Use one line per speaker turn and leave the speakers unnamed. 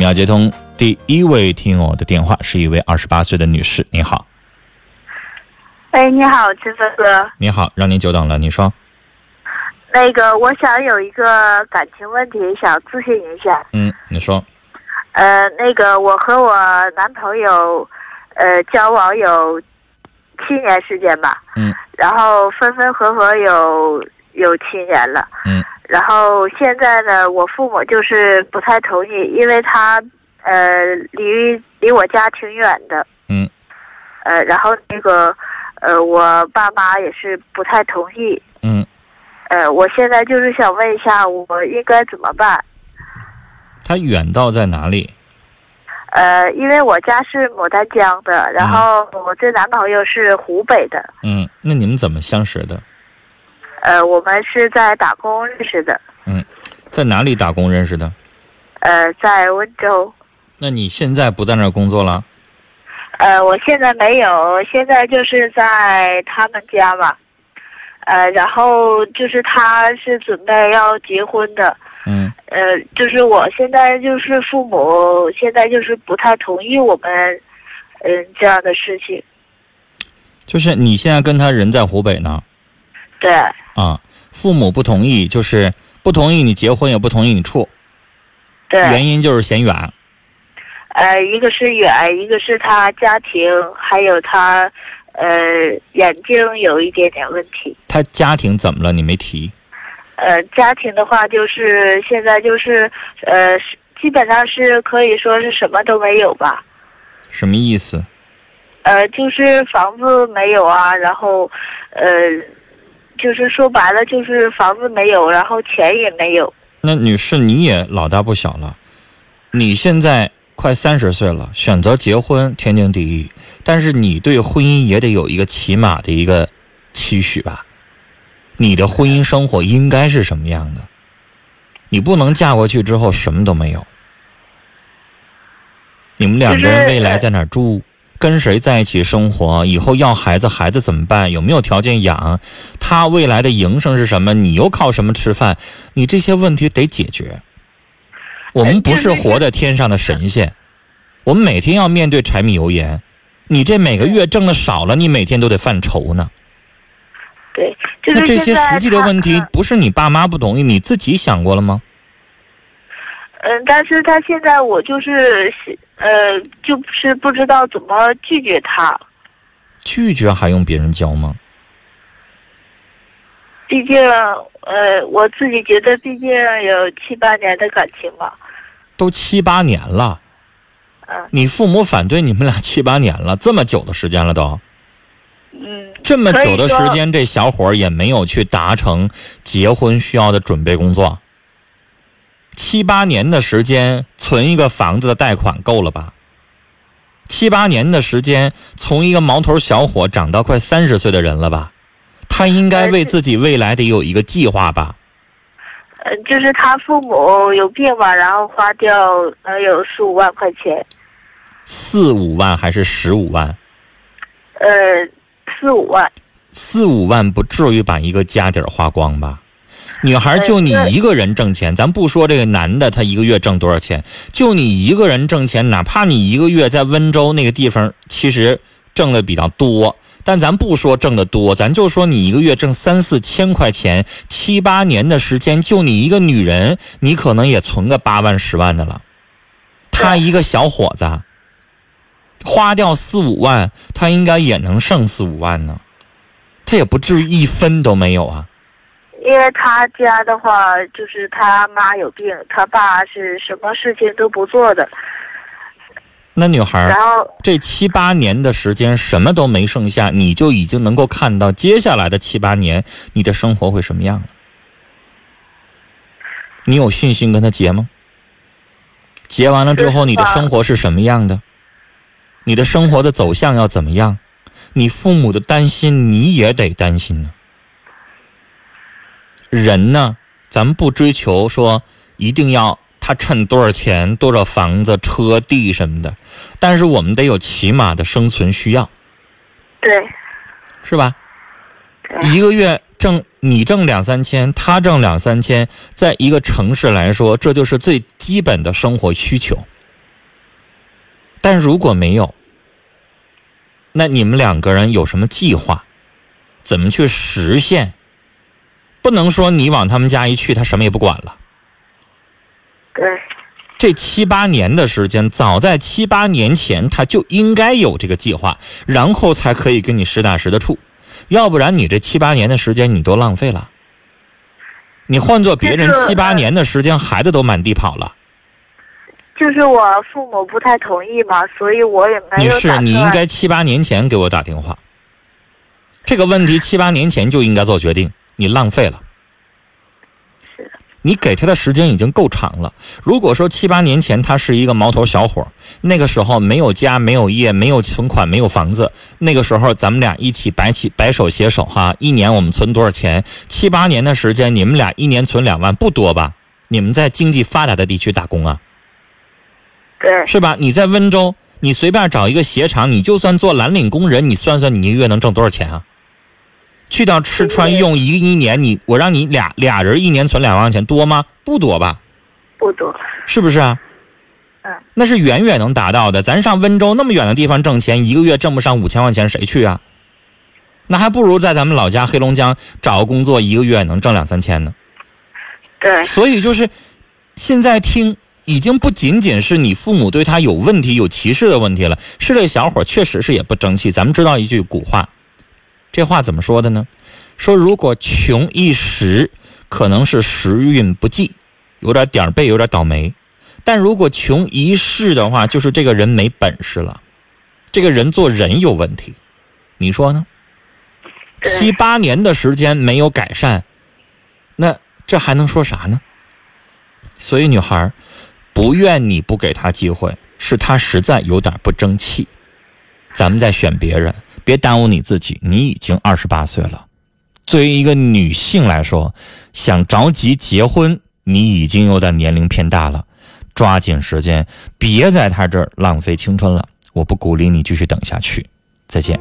要接通第一位听友的电话，是一位二十八岁的女士。你好，
喂，哎你好，池子哥。
你好，让您久等了。你说，
那个，我想有一个感情问题想咨询一下。
嗯，你说，
呃，那个，我和我男朋友，呃，交往有七年时间吧。
嗯。
然后分分合合有有七年了。
嗯。
然后现在呢，我父母就是不太同意，因为他呃离离我家挺远的。
嗯。
呃，然后那个，呃，我爸妈也是不太同意。
嗯，
呃，我现在就是想问一下，我应该怎么办？
他远到在哪里？
呃，因为我家是牡丹江的，然后我这男朋友是湖北的，
嗯，那你们怎么相识的？
呃，我们是在打工认识的，
在哪里打工认识的？
呃，在温州，
那你现在不在那儿工作了？
呃，我现在没有，现在就是在他们家嘛，呃，然后就是他是准备要结婚的，
嗯
呃，就是我现在就是父母现在就是不太同意我们，嗯、这样的事情，，
就是你现在跟他人在湖北呢，
对，
啊，父母不同意，就是不同意你结婚，也不同意你处，
对。
原因就是嫌远。
呃，一个是远，一个是他家庭，还有他，呃，眼睛有一点点问题。
他家庭怎么了？你没提。
呃，家庭的话，就是现在就是，呃，是基本上是可以说是什么都没有吧。
什么意思？
呃，就是房子没有啊，然后，呃，就是说白了就是房子没有，然后钱也没有。
那女士，你也老大不小了，你现在快三十岁了，选择结婚天经地义，但是你对婚姻也得有一个起码的一个期许吧？你的婚姻生活应该是什么样的？你不能嫁过去之后什么都没有。你们两个人未来在哪儿住？跟谁在一起生活？以后要孩子，孩子怎么办？有没有条件养？他未来的营生是什么？你又靠什么吃饭？你这些问题得解决。我们不是活在天上的神仙，我们每天要面对柴米油盐。你这每个月挣的少了，你每天都得犯愁呢。
对，就
那
是
这些
现在
实际的
他
问题，不是你爸妈不同意，你自己想过了吗？
嗯，但是他现在我就是，呃，就是不知道怎么拒绝他。
拒绝还用别人教吗？
毕竟，呃，我自己觉得，毕竟有七八年的感情嘛，
都七八年了，
嗯
你父母反对你们俩七八年了，这么久的时间了都，
嗯，
这么久的时间，这小伙儿也没有去达成结婚需要的准备工作。七八年的时间存一个房子的贷款够了吧？七八年的时间，从一个毛头小伙长到快三十岁的人了吧？他应该
而
为
且
自己未来得有一个计划吧？
呃，就是他父母有病嘛，然后花掉能有四五万块钱，
四五万还是十五万？
呃，四五万，
四五万不至于把一个家底儿花光吧？女孩儿就你
呃对
一个人挣钱，咱不说这个男的他一个月挣多少钱，就你一个人挣钱，哪怕你一个月在温州那个地方其实挣的比较多，但咱不说挣的多，咱就说你一个月挣三四千块钱，七八年的时间，就你一个女人，你可能也存个八万十万的了。他一个小伙子，花掉四五万，他应该也能剩四五万呢。他也不至于一分都没有啊。
因为他家的话，就是他妈有病，他爸是什么事情都不做的，
那女孩
然
儿
后，
这七八年的时间什么都没剩下，你就已经能够看到接下来的七八年你的生活会什么样了。你有信心跟他结吗？结完了之后，
是
你的
吧
生活是什么样的？你的生活的走向要怎么样？你父母的担心你也得担心呢。人呢，咱们不追求说一定要他趁多少钱、多少房子、车地什么的，但是我们得有起码的生存需要，
对，
是吧？
对
一个月挣你挣两三千，他挣两三千，在一个城市来说，这就是最基本的生活需求。但如果没有，那你们两个人有什么计划？怎么去实现？不能说你往他们家一去，他什么也不管了。
对，
这七八年的时间，早在七八年前他就应该有这个计划，然后才可以跟你实打实的处，要不然你这七八年的时间你都浪费了。你换做别人
但是
七八
呃
年的时间，孩子都满地跑了。
就是我父母不太同意嘛，所以我也没
女
有打
士，
算。
你应该七八年前给我打电话。这个问题七八年前就应该做决定，你浪费了
是的。
你给他的时间已经够长了。如果说七八年前他是一个毛头小伙儿，那个时候没有家、没有业、没有存款、没有房子，那个时候咱们俩一起白起白手携手哈，一年我们存多少钱？七八年的时间，你们俩一年存两万，不多吧？你们在经济发达的地区打工啊？
对
是吧？你在温州，你随便找一个鞋厂，你就算做蓝领工人，你算算你一个月能挣多少钱啊？去掉吃穿用一一年，你我让你俩俩人一年存两万块钱多吗？不多吧？
不多，
是不是啊
嗯？
那是远远能达到的。咱上温州那么远的地方挣钱，一个月挣不上五千块钱，谁去啊？那还不如在咱们老家黑龙江找个工作，一个月能挣两三千呢。
对
所以就是现在听，已经不仅仅是你父母对他有问题、有歧视的问题了，是这小伙儿确实是也不争气。咱们知道一句古话，这话怎么说的呢？说如果穷一时，可能是时运不济，有点点儿背，有点倒霉；但如果穷一世的话，就是这个人没本事了，这个人做人有问题。你说呢？七
对
八年的时间没有改善，那这还能说啥呢？所以女孩儿不怨你不给她机会，是她实在有点不争气。咱们再选别人，别耽误你自己。你已经二十八岁了，作为一个女性来说，想着急结婚，你已经有点年龄偏大了，抓紧时间，别在她这儿浪费青春了。我不鼓励你继续等下去。再见。